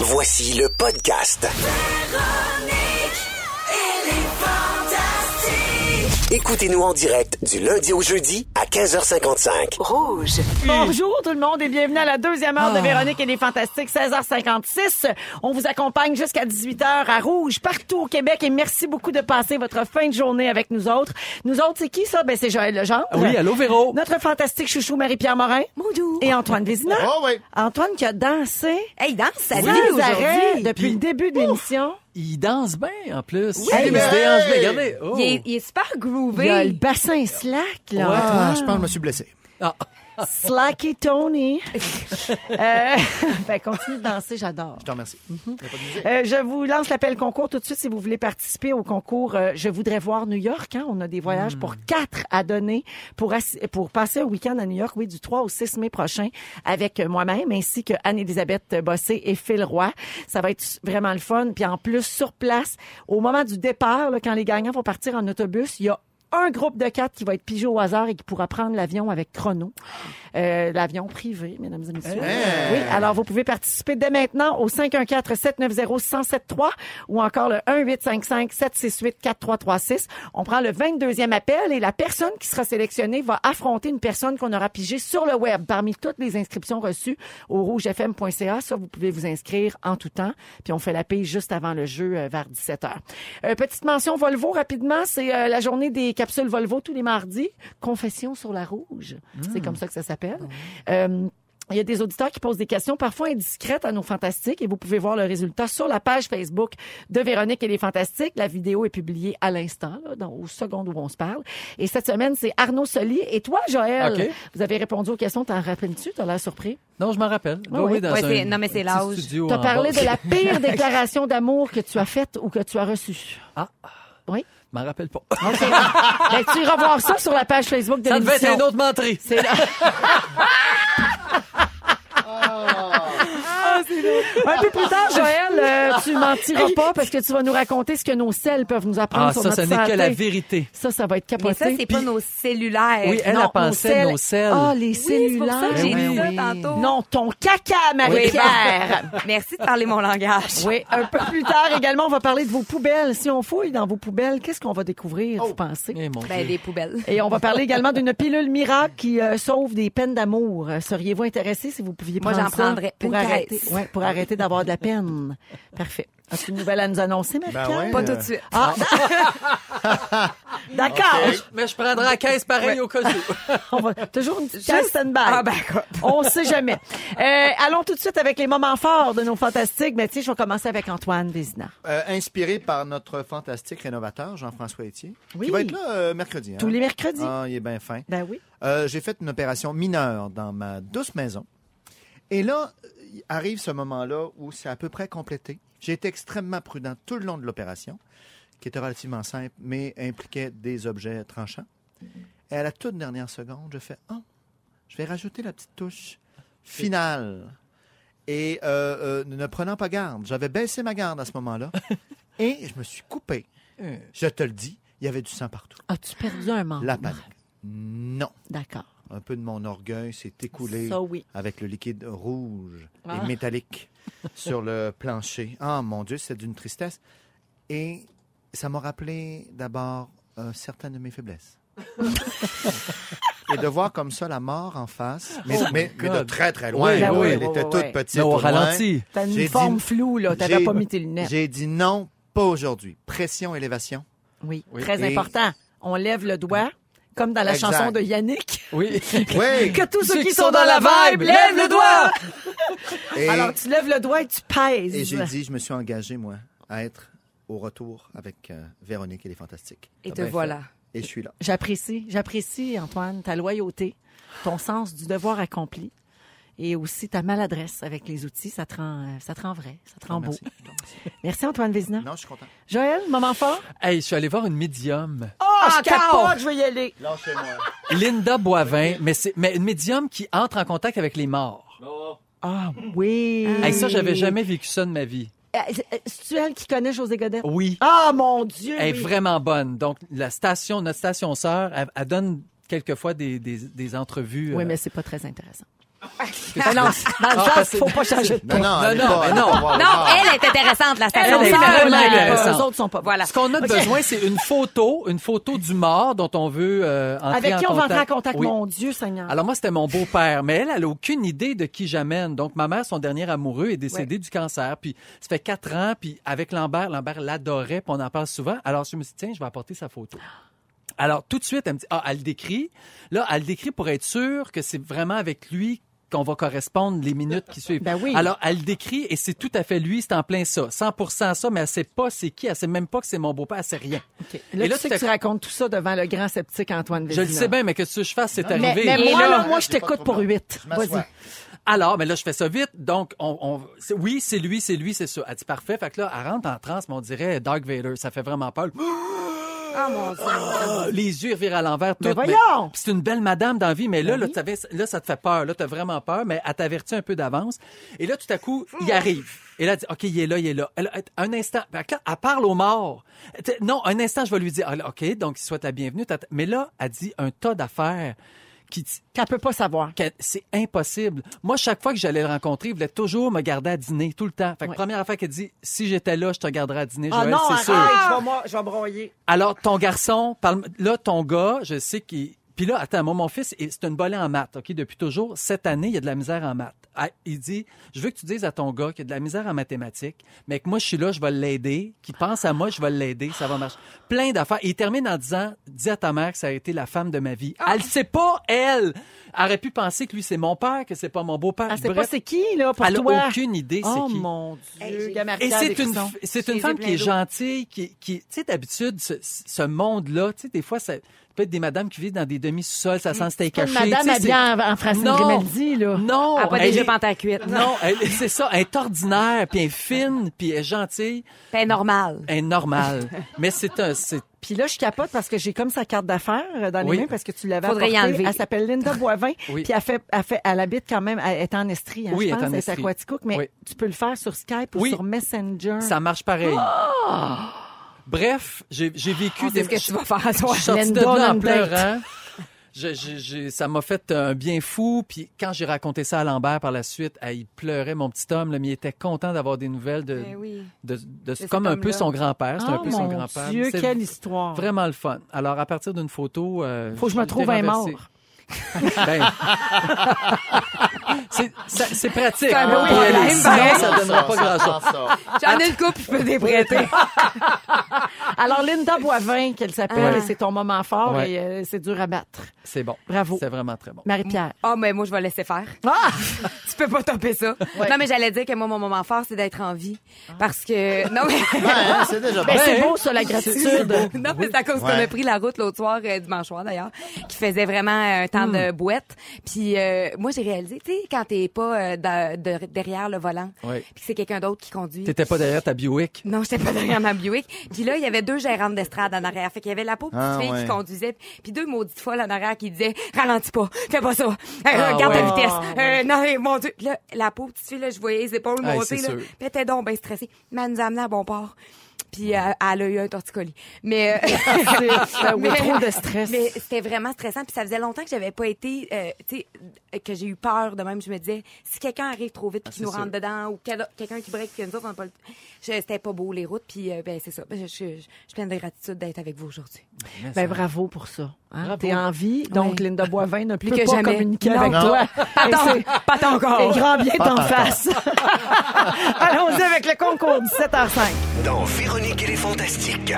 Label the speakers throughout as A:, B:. A: Voici le podcast. Écoutez-nous en direct du lundi au jeudi à 15h55.
B: Rouge.
C: Bonjour tout le monde et bienvenue à la deuxième heure
D: Ah.
C: de Véronique et les Fantastiques, 16h56. On vous accompagne jusqu'à 18h à Rouge, partout au Québec et merci beaucoup de passer votre fin de journée avec nous autres. Nous autres, c'est qui ça? Ben, c'est Joël Legendre.
D: Oui, allô, Véro.
C: Notre fantastique chouchou Marie-Pierre Morin.
B: Moudou.
C: Et Antoine Vézina.
E: Oh, oui.
C: Antoine qui a dansé
B: Hey, danse, ça
C: sans
B: aujourd'hui.
C: arrêt depuis
D: Puis-
C: le début de l'émission.
D: Il danse bien, en plus. Oui,
E: mais-
D: il se déhanche bien. Regardez. Oh.
B: Il est, il est super
C: Il y a le
B: groovy.
C: bassin slack, là.
E: Ah,
C: Antoine.
E: je pense que je me suis blessé.
D: Ah.
C: Slacky Tony. euh, ben, continue de danser, j'adore.
E: Je te remercie. Y a pas de musique.
C: Euh, je vous lance l'appel concours tout de suite si vous voulez participer au concours euh, Je voudrais voir New York. Hein? On a des voyages pour
E: Hmm.
C: quatre à donner pour, assi- pour passer un week-end à New York, oui, du 3 au 6 mai prochain avec euh, moi-même ainsi que Anne-Élisabeth Bossé et Phil Roy. Ça va être vraiment le fun. Puis en plus, sur place, au moment du départ, là, quand les gagnants vont partir en autobus, il y a un groupe de quatre qui va être pigé au hasard et qui pourra prendre l'avion avec Chrono. Euh, l'avion privé, mesdames et messieurs. Oui, alors vous pouvez participer dès maintenant au 514-790-1073 ou encore le 1-855-768-4336. On prend le 22e appel et la personne qui sera sélectionnée va affronter une personne qu'on aura pigée sur le web parmi toutes les inscriptions reçues au rougefm.ca. Ça, vous pouvez vous inscrire en tout temps. Puis on fait la pige juste avant le jeu euh, vers 17 h petite mention Volvo rapidement, c'est euh, la journée des capsules Volvo tous les mardis. Confession sur la rouge, c'est comme ça que ça s'appelle. Euh, il y a des auditeurs qui posent des questions parfois indiscrètes à nos fantastiques et vous pouvez voir le résultat sur la page Facebook de Véronique et les fantastiques. La vidéo est publiée à l'instant, là, dans, aux secondes où on se parle. Et cette semaine, c'est Arnaud Soli et toi, Joël.
D: OK.
C: Vous avez répondu aux questions. T'en rappelles-tu? T'as l'air surpris.
D: Non, je m'en rappelle. Oui,
C: Ah oui.
D: oui, dans
B: Ouais,
D: un
B: c'est- non, mais c'est
D: petit
B: l'âge.
D: studio
C: T'as
D: en
C: parlé
D: bas.
C: de la pire déclaration d'amour que tu as faite ou que tu as reçue.
D: Ah.
C: Oui.
D: Je m'en rappelle pas.
C: Ben, tu iras voir ça sur la page Facebook de
D: Ah. Ça devait être
C: l'émission.
D: un autre mentré.
C: C'est là. Un peu plus tard, Joël, euh, tu mentiras pas parce que tu vas nous raconter ce que nos selles peuvent nous apprendre
D: Ah,
C: sur
D: ça,
C: notre
D: ce n'est que
C: santé.
D: la vérité.
C: Ça, ça va être capoté.
B: Mais ça, c'est pas nos cellulaires.
D: Oui, elle
C: Non,
D: a
C: nos
D: pensé
C: selles.
D: nos selles.
C: Ah, les
B: Oui, c'est pour
C: cellulaires.
B: ça que j'ai
D: Ben
B: dit
D: oui,
B: ça
D: oui.
B: tantôt.
C: Non, ton caca, Marie-Pierre.
B: Merci de parler mon langage.
C: Oui, un peu plus tard également, on va parler de vos poubelles. Si on fouille dans vos poubelles, qu'est-ce qu'on va découvrir, vous pensez?
D: Eh, mon
B: Ben,
D: Dieu.
B: des poubelles.
C: Et on va parler également d'une pilule miracle qui euh, sauve des peines d'amour. Euh, Seriez-vous intéressé si vous pouviez
B: Moi,
C: prendre
B: j'en
C: ça
B: prendrais
C: pour
B: une
C: arrêter,
B: caisse.
C: ouais, pour arrêter d'avoir de la peine. Parfait. As-tu une nouvelle à nous annoncer, Marie-Pierre?
E: Ben ouais.
B: Pas tout de suite.
C: Ah. D'accord.
D: Mais je prendrai la caisse pareil au cas où.
C: On va toujours une petite
B: Juste-
C: case stand-by.
B: Ah, ben, écoute.
C: On sait jamais. Euh, allons tout de suite avec les moments forts de nos fantastiques. Mais tiens, je vais commencer avec Antoine Vézina.
E: Euh, inspiré par notre fantastique rénovateur, Jean-François Etier,
C: Oui.
E: qui va être là euh, mercredi. hein.
C: Tous les mercredis.
E: Ah, il est bien fin.
C: Ben oui.
E: Euh, J'ai fait une opération mineure dans ma douce maison. Et là, il arrive ce moment-là où c'est à peu près complété. J'ai été extrêmement prudent tout le long de l'opération, qui était relativement simple, mais impliquait des objets tranchants. Et à la toute dernière seconde, je fais « Ah, je vais rajouter la petite touche finale. » Et euh, euh, ne prenant pas garde, j'avais baissé ma garde à ce moment-là et je me suis coupé. Je te le dis, il y avait du sang partout.
C: As-tu perdu un membre?
E: La panique. Non
C: D'accord.
E: un peu de mon orgueil s'est écoulé
C: Ça, oui.
E: avec le liquide rouge et métallique sur le plancher. Ah, mon Dieu, c'est d'une tristesse. Et ça m'a rappelé d'abord euh, certaines de mes faiblesses. et de voir comme ça la mort en face, mais,
D: Oh
E: mais-
D: my
E: mais de
D: God.
E: très, très loin.
D: Oui,
E: là.
D: oui,
E: Elle
C: oui,
E: était
C: oui, oui.
E: toute petite.
D: Non, au
E: au loin.
D: ralenti.
C: T'as une
E: J'ai
C: forme
E: dit-
C: floue, là. T'avais
E: J'ai-
C: pas mis tes lunettes.
E: J'ai dit non, pas aujourd'hui. Pression, élévation.
C: Oui,
D: Oui.
C: très
E: Et-
C: important. On lève le doigt, comme dans la
E: Exact.
C: chanson de Yannick.
D: Oui.
E: Oui,
C: Que tous ceux qui sont dans la vibe, lève le doigt!
E: et-
C: Alors, tu lèves le doigt et tu pèses.
E: Et j'ai dit, je me suis engagé, moi, à être au retour avec euh, Véronique et les Fantastiques.
B: Et
E: T'as
D: ah,
B: te
D: ben,
E: bien
B: voilà.
E: fait. Et je suis là.
C: J'apprécie, j'apprécie, Antoine, ta loyauté, ton sens du devoir accompli et aussi ta maladresse avec les outils. Ça te rend, euh, ça te rend vrai, ça te rend beau.
E: Merci.
C: Merci, Antoine Vézina.
E: Non, je suis content.
C: Joël, moment fort?
D: Hey, je suis allé voir une médium.
C: Oh,
B: je capote,
C: je vais y aller.
E: Lâchez-moi.
D: Linda Boivin, mais c'est mais une médium qui entre en contact avec les morts.
C: Ah oui.
D: Hey, ça, j'avais jamais vécu ça de ma vie.
C: Euh, C'est-tu elle qui connaît José Godet?
D: Oui.
C: Ah, mon Dieu!
D: Elle est
C: oui.
D: vraiment bonne. Donc, la station, notre station sœur, elle, elle donne quelquefois des, des, des entrevues.
C: Oui,
D: euh,
C: mais c'est pas très intéressant. Mais non, dans le
D: Ah,
C: sens,
D: parce que-
C: faut pas changer de
E: Non, non,
D: Non,
E: elle est
D: non,
E: pas-
D: mais
E: elle est
D: non.
E: pas-
B: Non, elle est intéressante, la station.
C: Elle est
B: sœur.
C: vraiment
D: intéressante.
C: Les autres sont pas
B: Voilà.
D: Ce qu'on a besoin, c'est une photo, une photo du mort dont on veut euh, entrer
C: Avec
D: en
C: qui on va
D: contact.
C: entrer en contact?
D: Oui.
C: Mon Dieu, Seigneur.
D: Ah. Alors moi, c'était mon beau-père, mais elle, elle a aucune idée de qui j'amène. Donc ma mère, son dernier amoureux, est décédé du cancer. Puis ça fait quatre ans, puis avec Lambert, Lambert l'adorait, puis on en parle souvent. Alors je me suis dit, tiens, je vais apporter sa photo. Alors tout de suite, elle me dit, ah, elle le décrit. Là, elle le décrit pour être sûre que c'est vraiment avec lui qu'on va correspondre les minutes qui suivent.
C: Ben oui.
D: Alors, elle le décrit et c'est tout à fait lui, c'est en plein ça. 100% ça, mais elle sait pas c'est qui, elle sait même pas que c'est mon beau-père, elle sait rien.
C: OK. Là,
D: Et là,
C: tu sais
D: tu
C: que tu
D: te-
C: racontes tout ça devant le grand sceptique Antoine
D: Je
C: Vézina.
D: le sais bien, mais que ce que je fasse, c'est
C: Mais,
D: arrivé.
C: mais
B: Et
C: moi,
B: là-
C: là, moi, je
E: J'ai pas
C: t'écoute
E: trop
C: pour
E: mal.
C: huit.
E: Je
C: Vas-y.
E: m'assois.
D: Alors, mais là, je fais ça vite. Donc, on, on- c'est- oui, c'est lui, c'est lui, c'est ça. Elle dit parfait. Fait que là, elle rentre en transe, mais on dirait Dark Vader. Ça fait vraiment peur.
B: Ah, mon Dieu.
D: Ah, les yeux virent à l'envers.
C: Mais
D: tout,
C: voyons!
D: Puis c'est une belle madame dans la vie, mais là,
C: Ben
D: là,
C: oui.
D: t'avais- là, ça te fait peur. Là, t'as vraiment peur, mais elle t'avertit un peu d'avance. Et là, tout à coup,
C: Ah!
D: il arrive. Et là, elle dit, OK, il est là, il est là. Elle- elle- un instant. Fait que là, elle parle aux morts. Elle dit, Non, un instant, je vais lui dire, Ah, là, OK, donc, il souhaite la bienvenue. tata- Mais là, elle dit un tas d'affaires qui,
C: Qu'elle peut pas savoir.
D: que c'est impossible. Moi, chaque fois que j'allais le rencontrer, il voulait toujours me garder à dîner, tout le temps. Fait que
C: Ouais.
D: première affaire qu'elle dit, si j'étais là, je te garderais à dîner,
C: Ah
D: Joël,
C: non,
D: c'est
C: arrête,
D: sûr.
C: je vais, moi, je vais broyer.
D: Alors, ton garçon, parle- là, ton gars, je sais qu'il... Puis là, attends, moi, mon fils, il- c'est une bolée en maths, OK, depuis toujours. Cette année, il y a de la misère en maths. Ah, Il dit, je veux que tu dises à ton gars qu'il y a de la misère en mathématiques, mais que moi, je suis là, je vais l'aider, qu'il pense à moi, je vais l'aider, ça va marcher. Plein d'affaires. Et il termine en disant, dis à ta mère que ça a été la femme de ma vie.
C: Ah!
D: Elle le sait pas, elle! Elle aurait pu penser que lui, c'est mon père, que c'est pas mon beau-père.
C: Elle sait pas
D: Bref,
C: Ah, c'est qui, là, pour
D: elle a
C: toi.
D: aucune idée c'est
C: Oh
D: qui.
C: mon
B: Hey,
C: Dieu,
B: j'ai-
C: Gamarca,
D: Et c'est
C: des
D: une,
C: frissons.
D: f- c'est
B: J'ai
D: une
B: les
D: femme
B: pleins
D: qui est
B: d'eau.
D: gentille, qui, qui tu sais, d'habitude, ce, ce monde-là, tu sais, des fois, ça peut être des madames qui vivent dans des demi-sous-sols, ça
B: Mm,
D: sent c'était
C: Pas une
D: caché. tu
C: madame
D: sais, c'est-
C: habillée en, en Francine
D: Non.
C: Grimaldi, là.
D: Non!
B: Elle a pas
D: elle
B: des
D: est-
B: jupes en tacuite.
D: Non, elle- c'est ça, elle est ordinaire, puis elle est fine, puis elle est gentille,
B: C'est normal.
D: elle est normale. Mais c'est un, c'est,
C: Puis là, je capote parce que j'ai comme sa carte d'affaires euh, dans les
D: Oui.
C: mains parce que tu l'avais
B: Faudrait y
C: apportée.
B: enlever.
C: Elle s'appelle Linda Boivin.
D: Oui.
C: Puis elle fait, elle fait, elle habite quand même, elle est en Estrie, hein,
D: Oui, elle
C: je
D: est
C: pense,
D: en
C: elle est à
D: Estrie.
C: Quaticook, mais
D: Oui.
C: tu peux le faire sur Skype ou
D: Oui.
C: sur Messenger.
D: ça marche pareil. Bref, j'ai, j'ai vécu
B: Oh! C'est ce que tu vas faire à toi.
D: Je suis sortie de
C: Linda
D: là en
C: Lambert.
D: pleurant. Je- je- je- ça m'a fait un bien fou. Puis quand j'ai raconté ça à Lambert par la suite, ah, il pleurait, mon petit homme, là, mais il était content d'avoir des nouvelles de,
B: Ben oui.
D: de, de-
B: cet
D: comme un peu
B: homme-là.
D: son grand-père. C'est un
C: Oh,
D: peu son
C: mon
D: grand-père.
C: Dieu,
D: C'est
C: quelle histoire.
D: Vraiment le fun. Alors, à partir d'une photo... euh,
C: Faut que je me
D: l'ai
C: trouve un mort.
D: renversée. Ben, c'est, ça- c'est pratique. hein,
B: C'est un beau
D: Pour elle,
B: problème,
D: sinon,
B: pareil.
D: ça donnera pas grand-chose. Ah.
B: J'en ai une coupe, je peux déprêter.
C: Alors, Linda Boivin, qu'elle s'appelle,
B: Ah.
C: et c'est ton moment fort
D: Ouais.
C: et euh, c'est dur à battre.
D: C'est bon.
C: Bravo.
D: C'est Mm. vraiment très bon.
C: Marie-Pierre.
B: Ah, mais moi, je vais laisser faire.
C: Ah!
B: Tu peux pas taper ça. Non, mais j'allais dire que moi, mon moment fort, c'est d'être en vie. Parce que. Non, mais.
E: Ouais, c'est déjà
C: Ben,
E: bon.
C: c'est
D: hein?
C: beau, ça, la gratitude.
B: Non, mais c'est à cause qu'on
E: Ouais.
B: a pris la route l'autre soir, euh, dimanche soir d'ailleurs, qui faisait vraiment un temps de bouette. Puis euh, moi, j'ai réalisé, tu sais, quand t'es pas euh, de- de- derrière le volant,
D: Ouais.
B: puis que c'est quelqu'un d'autre qui conduit.
D: T'étais pas derrière ta Buick.
B: Non, j'étais pas derrière ma Buick. Puis là, il y avait deux gérantes d'estrade en arrière. Fait qu'il y avait la pauvre petite
E: Ah,
B: fille
E: ouais.
B: qui conduisait, puis deux maudites folles en arrière qui disaient « Ralentis pas, fais pas ça, Euh, garde
D: ouais.
B: ta vitesse.
C: Ah,
B: Euh, non, eh, mon Dieu. Puis Là, la pauvre petite fille, là, je voyais les épaules
D: Ah,
B: monter.
D: c'est
B: Là.
D: sûr.
B: Puis elle était donc bien stressée. Mais elle nous a amenés à bon port. Puis euh, elle a eu un torticolis. Mais... euh,
C: Ben oui,
B: Mais-
C: trop de stress.
B: Mais c'était vraiment stressant. Puis ça faisait longtemps que j'avais pas été, euh, tu sais, euh, que j'ai eu peur de même. Je me disais, si quelqu'un arrive trop vite puis qui nous
D: c'est
B: rentre dedans ou quel- quelqu'un qui break puis que nous autres, on n'a pas le je- C'était pas beau les routes. Puis euh, ben, c'est ça. Ben, Je, je, je, je suis pleine de gratitude d'être avec vous aujourd'hui.
C: Ben, bravo pour ça. Hein?
D: Bravo.
C: T'es en vie, donc
B: Ouais.
C: Linda Boivin ne plus,
B: Plus que
C: pas
B: jamais.
C: communiquer
B: Non.
C: avec
E: Non.
C: toi.
B: Pas
C: Et
B: tant,
C: c'est-
B: pas tant
C: Et
B: encore.
C: grand bien t'en face. Allons-y avec le concours 17h05.
A: Dans Véronique et les Fantastiques.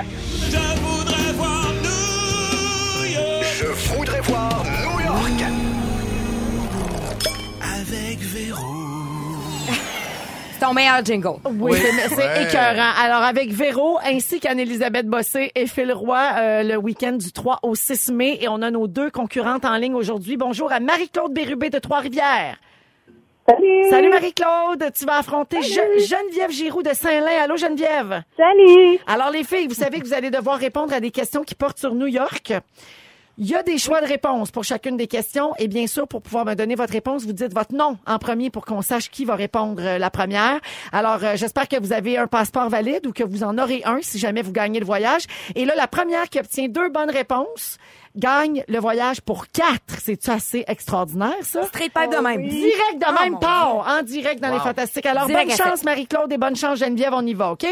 A: Je voudrais voir New York. Avec Véro.
B: C'est ton meilleur jingle.
C: Oui, c'est- c'est
E: Ouais.
C: écœurant. Alors, avec Véro, ainsi qu'Anne-Elisabeth Bossé et Phil Roy, euh, le week-end du 3 au 6 mai. Et on a nos deux concurrentes en ligne aujourd'hui. Bonjour à Marie-Claude Bérubé de Trois-Rivières. Salut. Salut Marie-Claude. Tu vas affronter Je- Geneviève Giroux de Saint-Lin. Allô Geneviève.
F: Salut!
C: Alors les filles, vous savez que vous allez devoir répondre à des questions qui portent sur New York. Il y a des choix de réponse pour chacune des questions. Et bien sûr, pour pouvoir me donner votre réponse, vous dites votre nom en premier pour qu'on sache qui va répondre euh, la première. Alors, euh, j'espère que vous avez un passeport valide ou que vous en aurez un si jamais vous gagnez le voyage. Et là, la première qui obtient deux bonnes réponses gagne le voyage pour quatre. C'est-tu assez extraordinaire, ça?
B: Straight pipe de même.
C: Direct de
B: Oh,
C: même
B: mon
C: part, en direct dans les Fantastiques. Alors,
B: Direct
C: bonne
B: effet.
C: chance, Marie-Claude, et bonne chance, Geneviève, on y va, OK?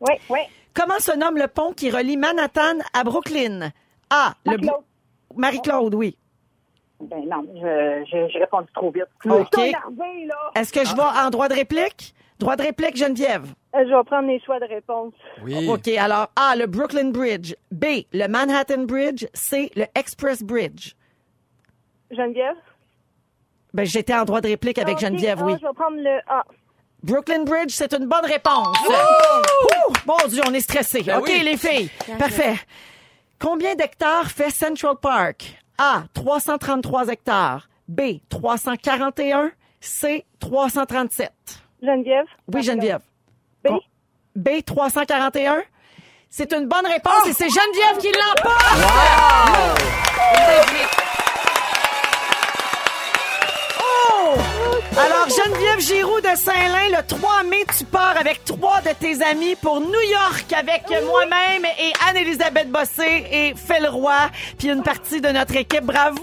F: Oui, oui.
C: Comment se nomme le pont qui relie Manhattan à Brooklyn? A. le-
F: Marie-Claude.
C: Marie-Claude, oui.
F: Ben non, je, je, je réponds trop vite.
C: Ok.
F: Je suis énervée, là.
C: Est-ce que je vais en droit de réplique? Droit de réplique, Geneviève.
F: Euh, Je vais prendre les choix de réponse.
D: Oui.
C: OK, alors A, le Brooklyn Bridge. B, le Manhattan Bridge. C, le Express Bridge.
F: Geneviève?
C: Ben, j'étais en droit de réplique avec
F: Ok,
C: Geneviève,
F: ah,
C: oui.
F: Je vais prendre le A.
C: Brooklyn Bridge, c'est une bonne réponse. Ouh! Mon Dieu, on est stressé. OK,
D: oui.
C: les filles. Parfait. Combien d'hectares fait Central Park? A, 333 hectares. B, 341. C, 337.
F: Geneviève?
C: Oui, Geneviève.
F: B?
C: B, 341. C'est une bonne réponse et c'est Geneviève qui l'emporte! Oh! Alors, Geneviève Giroux de Saint-Lin, le 3 mai, tu pars avec trois de tes amis pour New York avec moi-même et Anne-Élisabeth Bossé et Phil Roy, puis une partie de notre équipe. Bravo!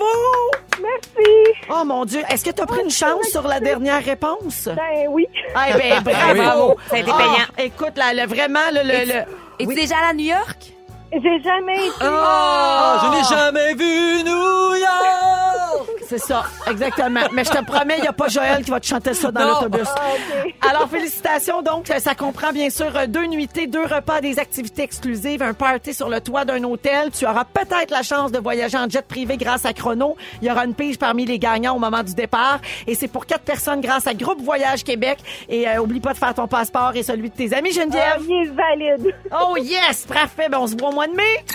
F: Merci.
C: Oh mon Dieu, est-ce que tu as pris une chance sur la dernière réponse?
F: Ben oui.
C: Eh ben,
D: Ah oui.
C: bravo!
B: Ça a été
C: Ah,
B: payant.
C: écoute, là, le- vraiment, le... le- le-
B: Es-tu déjà allé à New York?
F: J'ai jamais été.
D: Ah, je
C: oh.
D: n'ai jamais vu New York!
C: C'est ça, exactement. Mais je te promets, il n'y a pas Joël qui va te chanter ça dans
D: Non.
C: l'autobus.
F: Ah, ok.
C: Alors, félicitations. Donc, ça comprend bien sûr euh, deux nuitées, deux repas, des activités exclusives, un party sur le toit d'un hôtel. Tu auras peut-être la chance de voyager en jet privé grâce à Chrono. Il y aura une pige parmi les gagnants au moment du départ. Et c'est pour quatre personnes grâce à Groupe Voyage Québec. Et euh, oublie pas de faire ton passeport et celui de tes amis,
F: Ah,
C: Geneviève.
F: il est valide.
C: Oh yes, parfait. Ben, on se voit au mois de mai.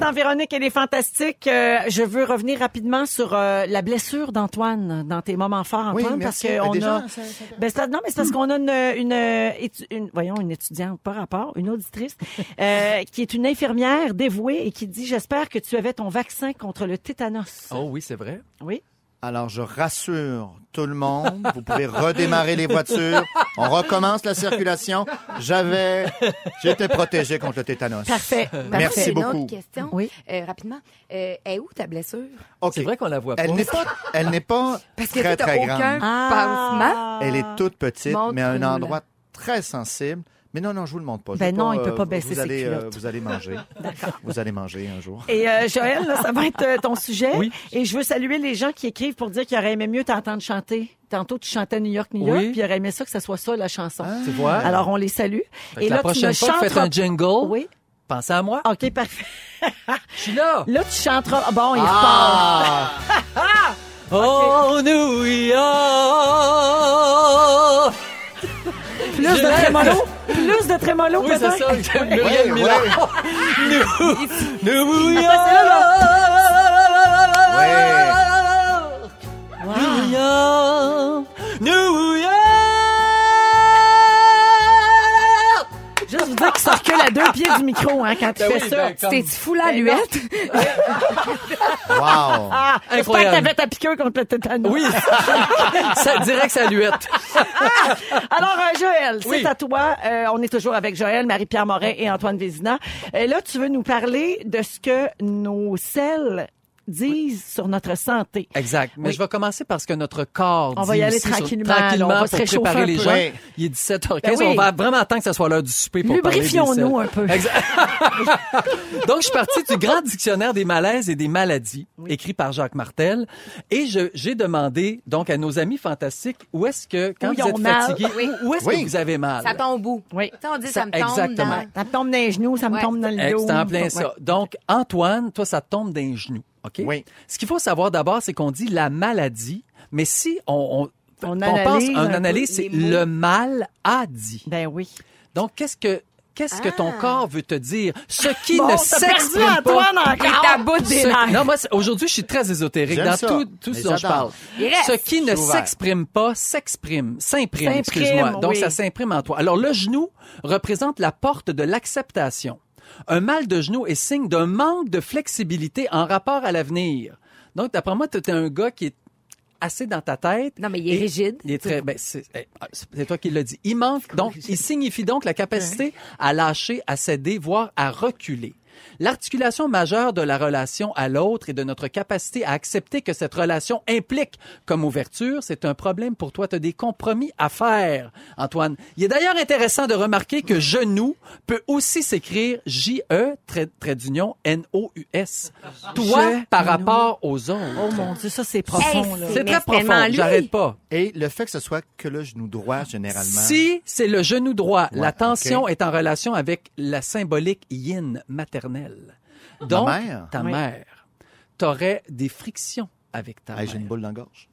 C: Dans Véronique, elle est fantastique. Euh, je veux revenir rapidement sur euh, la blessure d'Antoine dans tes moments forts,
E: Oui,
C: Antoine,
E: merci.
C: parce
E: Ben,
C: qu'on
E: déjà,
C: a.
E: ça- ça-
C: Ben, c'est- non, mais c'est parce qu'on a une, une, euh, étu- une- voyons, une étudiante, pas rapport, une auditrice, euh, qui est une infirmière dévouée et qui dit J'espère que tu avais ton vaccin contre le tétanos.
D: Oh oui, c'est vrai.
C: Oui.
E: Alors, je rassure tout le monde. Vous pouvez redémarrer les voitures. On recommence la circulation. J'avais, j'étais protégé contre le tétanos.
C: Parfait. Parfait.
E: Merci beaucoup.
B: Une autre question,
C: Oui.
B: euh, rapidement. Euh, est où ta blessure?
E: Ok.
D: C'est vrai qu'on la voit pas.
E: Elle n'est pas, elle n'est pas
B: Parce que
E: très,
B: t'as
E: très
B: aucun
E: grande.
B: pansement.
C: Ah.
E: Elle est toute petite, mais à un
B: Montre-nous-la.
E: endroit très sensible. Mais non, non, je vous le montre pas. Je
C: Ben
E: veux
C: non, il peut
E: euh,
C: pas baisser
E: vous
C: ses
E: allez, euh,
C: culottes.
E: vous allez manger. Vous allez manger un jour.
C: Et euh, Joël, là, ça va être euh, ton sujet.
D: Oui.
C: Et je veux saluer les gens qui écrivent pour dire qu'ils auraient aimé mieux t'entendre chanter. Tantôt, tu chantais New York, New York,
D: Oui.
C: puis ils auraient aimé ça que ce soit ça, la chanson.
D: Tu vois?
C: Alors, on les salue.
D: Fait que la prochaine fois que vous faites un jingle,
C: Oui. Ah.
D: pensez à moi.
C: OK, parfait.
D: Je suis là.
C: Là, tu chanteras. Bon, il
E: Ah!
D: Oh, New York!
C: repart. Plus de
D: Génial.
C: trémolo. Plus de trémolo,
D: Oui, c'est
C: peut-être.
D: ça. J'aime
E: Ouais,
D: Muriel Miller.
E: ouais.
D: New York! ah. New York! New York!
C: Juste vous dire qu'il se recule à deux pieds du micro hein, quand tu
D: Ben
C: fais
D: oui,
C: ça.
D: ben, comme-
B: T'es-tu fou la luette?
E: Wow!
C: Ah, j'espère que
D: Incroyable.
C: t'avais ta piqûre contre le tétanos.
D: Oui! ça, direct, ça luette.
C: Alors, euh, Joël,
D: Oui.
C: c'est à toi. Euh, on est toujours avec Joël, Marie-Pierre Morin et Antoine Vézina. Et là, tu veux nous parler de ce que nos selles disent sur notre santé.
D: Exact. Mais
C: Oui.
D: je vais commencer parce que notre corps.
C: On
D: dit
C: va y aller
D: aussi sur-
C: tranquillement,
D: tranquillement
C: là, on va se
D: pour
C: réchauffer un
D: préparer les
C: peu.
D: gens.
E: Oui.
D: Il est 17h15.
C: Ben oui.
D: On va vraiment attendre que ce soit l'heure du souper pour parler des selles.
C: Lubrifions-nous un peu.
D: Exact. Donc, je suis partie du grand dictionnaire des malaises et des maladies, écrit par Jacques Martel. Et je- j'ai demandé, donc, à nos amis fantastiques, où est-ce que, quand
C: Où ils
D: vous
C: ont
D: êtes
C: mal.
D: fatigué,
B: Oui.
D: où- où est-ce
E: Oui.
D: que vous avez mal?
B: Ça tombe où?
C: Oui.
B: Tu sais, on dit ça,
D: Ça-
B: me tombe
D: exactement.
B: dans-
C: Ça me tombe dans les genoux, ça me
B: Ouais.
C: tombe dans le
D: Ex-
C: dos.
D: C'est en plein ça.
C: Ouais.
D: Donc, Antoine, toi, ça te tombe d'un genou. OK?
E: Oui.
D: Ce qu'il faut savoir d'abord, c'est qu'on dit la maladie, mais si on, on,
C: On
D: pense,
C: analyse un
D: on
C: peu
D: analyse,
B: les
D: c'est
B: mots.
D: le mal a dit.
C: Ben oui.
D: Donc, qu'est-ce que, qu'est-ce que ton
B: Ah.
D: corps veut te dire? Ce qui
C: Bon,
D: ne
C: Oh, t'as perdu
D: s'exprime pas.
C: Antoine encore.
B: Il est à bout des
D: Ce-
B: nerfs.
D: Non, moi, c'est- aujourd'hui, je suis très ésotérique
E: J'aime
D: dans
E: ça.
D: tout, tout ce
E: Mais
D: dont je
E: j'adore.
D: parle.
B: Il reste.
D: Ce qui
E: Je
D: ne
E: suis ouvert.
D: s'exprime pas s'exprime, s'imprime,
C: S'imprime,
D: excuse-moi. Donc,
C: oui.
D: ça s'imprime en toi. Alors, le genou représente la porte de l'acceptation. Un mal de genou est signe d'un manque de flexibilité en rapport à l'avenir. Donc, d'après moi, tu es un gars qui est assez dans ta tête.
B: Non, mais il est
D: Et
B: rigide.
D: Il est très, ben, c'est eh, c'est toi qui l'as dit. Il manque, donc, il signifie donc la capacité à lâcher, à céder, voire à reculer. L'articulation majeure de la relation à l'autre et de notre capacité à accepter que cette relation implique comme ouverture, c'est un problème pour toi. Tu as des compromis à faire, Antoine. Il est d'ailleurs intéressant de remarquer que genou peut aussi s'écrire J-E, trait, trait d'union, N-O-U-S. Toi,
C: Je-
D: par
C: nous.
D: rapport aux autres.
C: Oh mon Dieu, ça, c'est profond,
B: Hey,
C: là.
D: C'est
B: Mais
D: très
B: c'est tellement
D: profond,
B: lui.
D: j'arrête pas.
E: Et le fait que ce soit que le genou droit, généralement.
D: Si c'est le genou droit,
E: Ouais,
D: la tension
E: ok.
D: est en relation avec la symbolique yin maternelle. Donc,
E: mère?
D: ta
C: Oui.
D: mère, t'aurais des frictions avec ta
E: Ah, j'ai
D: mère.
E: une boule dans la gorge.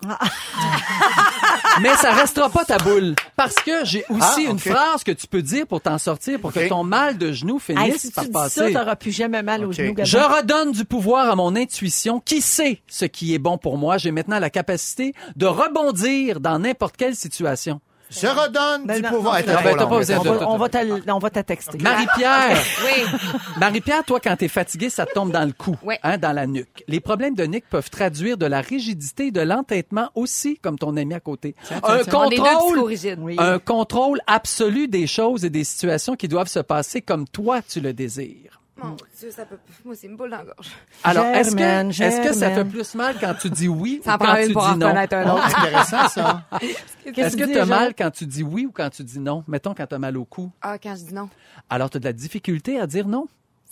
D: Mais ça restera pas ta boule. Parce que j'ai aussi
E: Ah, ok.
D: une phrase que tu peux dire pour t'en sortir, pour que
E: Ok.
D: ton mal de genou
C: Hey,
D: finisse
C: si tu
D: par
C: dis ça,
D: passer.
C: t'auras plus jamais mal aux
E: Ok.
C: genoux.
D: Je
C: Gabin.
D: redonne du pouvoir à mon intuition. Qui sait ce qui est bon pour moi? J'ai maintenant la capacité de rebondir dans n'importe quelle situation.
E: Je redonne
C: Ben
E: du
C: non,
E: pouvoir.
C: non,
E: Hey,
C: non,
E: t'as
D: ben,
E: pas
D: t'as
E: long,
D: pas
E: mais
D: besoin
E: t'as
C: On
E: pas-
D: de-
C: va, on va te- on va te texter.
D: Marie-Pierre!
B: Oui.
D: Marie-Pierre, toi, quand t'es fatiguée, ça te tombe dans le cou,
B: Ouais.
D: hein, dans la nuque. Les problèmes de nuque peuvent traduire de la rigidité et de l'entêtement aussi, comme ton ami à côté. un
B: On est deux
D: contrôle,
B: psychorigides.
C: Oui.
D: un contrôle absolu des choses et des situations qui doivent se passer comme toi tu le désires.
B: Mon Dieu, ça peut. Moi, c'est une boule dans la gorge.
D: Alors, est-ce
C: Germaine,
D: que, est-ce que ça fait
C: Germaine.
D: plus mal quand tu dis oui
B: Ça
D: ou
B: en prend
D: quand
B: une
D: tu
B: pour en
D: dis non?
B: reconnaître un
E: Ah,
B: autre.
E: c'est intéressant, ça. hein.
D: Est-ce
C: tu
D: que
C: dis,
D: tu as
C: Jean?
D: mal quand tu dis oui ou quand tu dis non? Mettons quand tu as mal au cou.
B: Ah, quand je dis non,
D: Alors, tu as de la difficulté à dire non?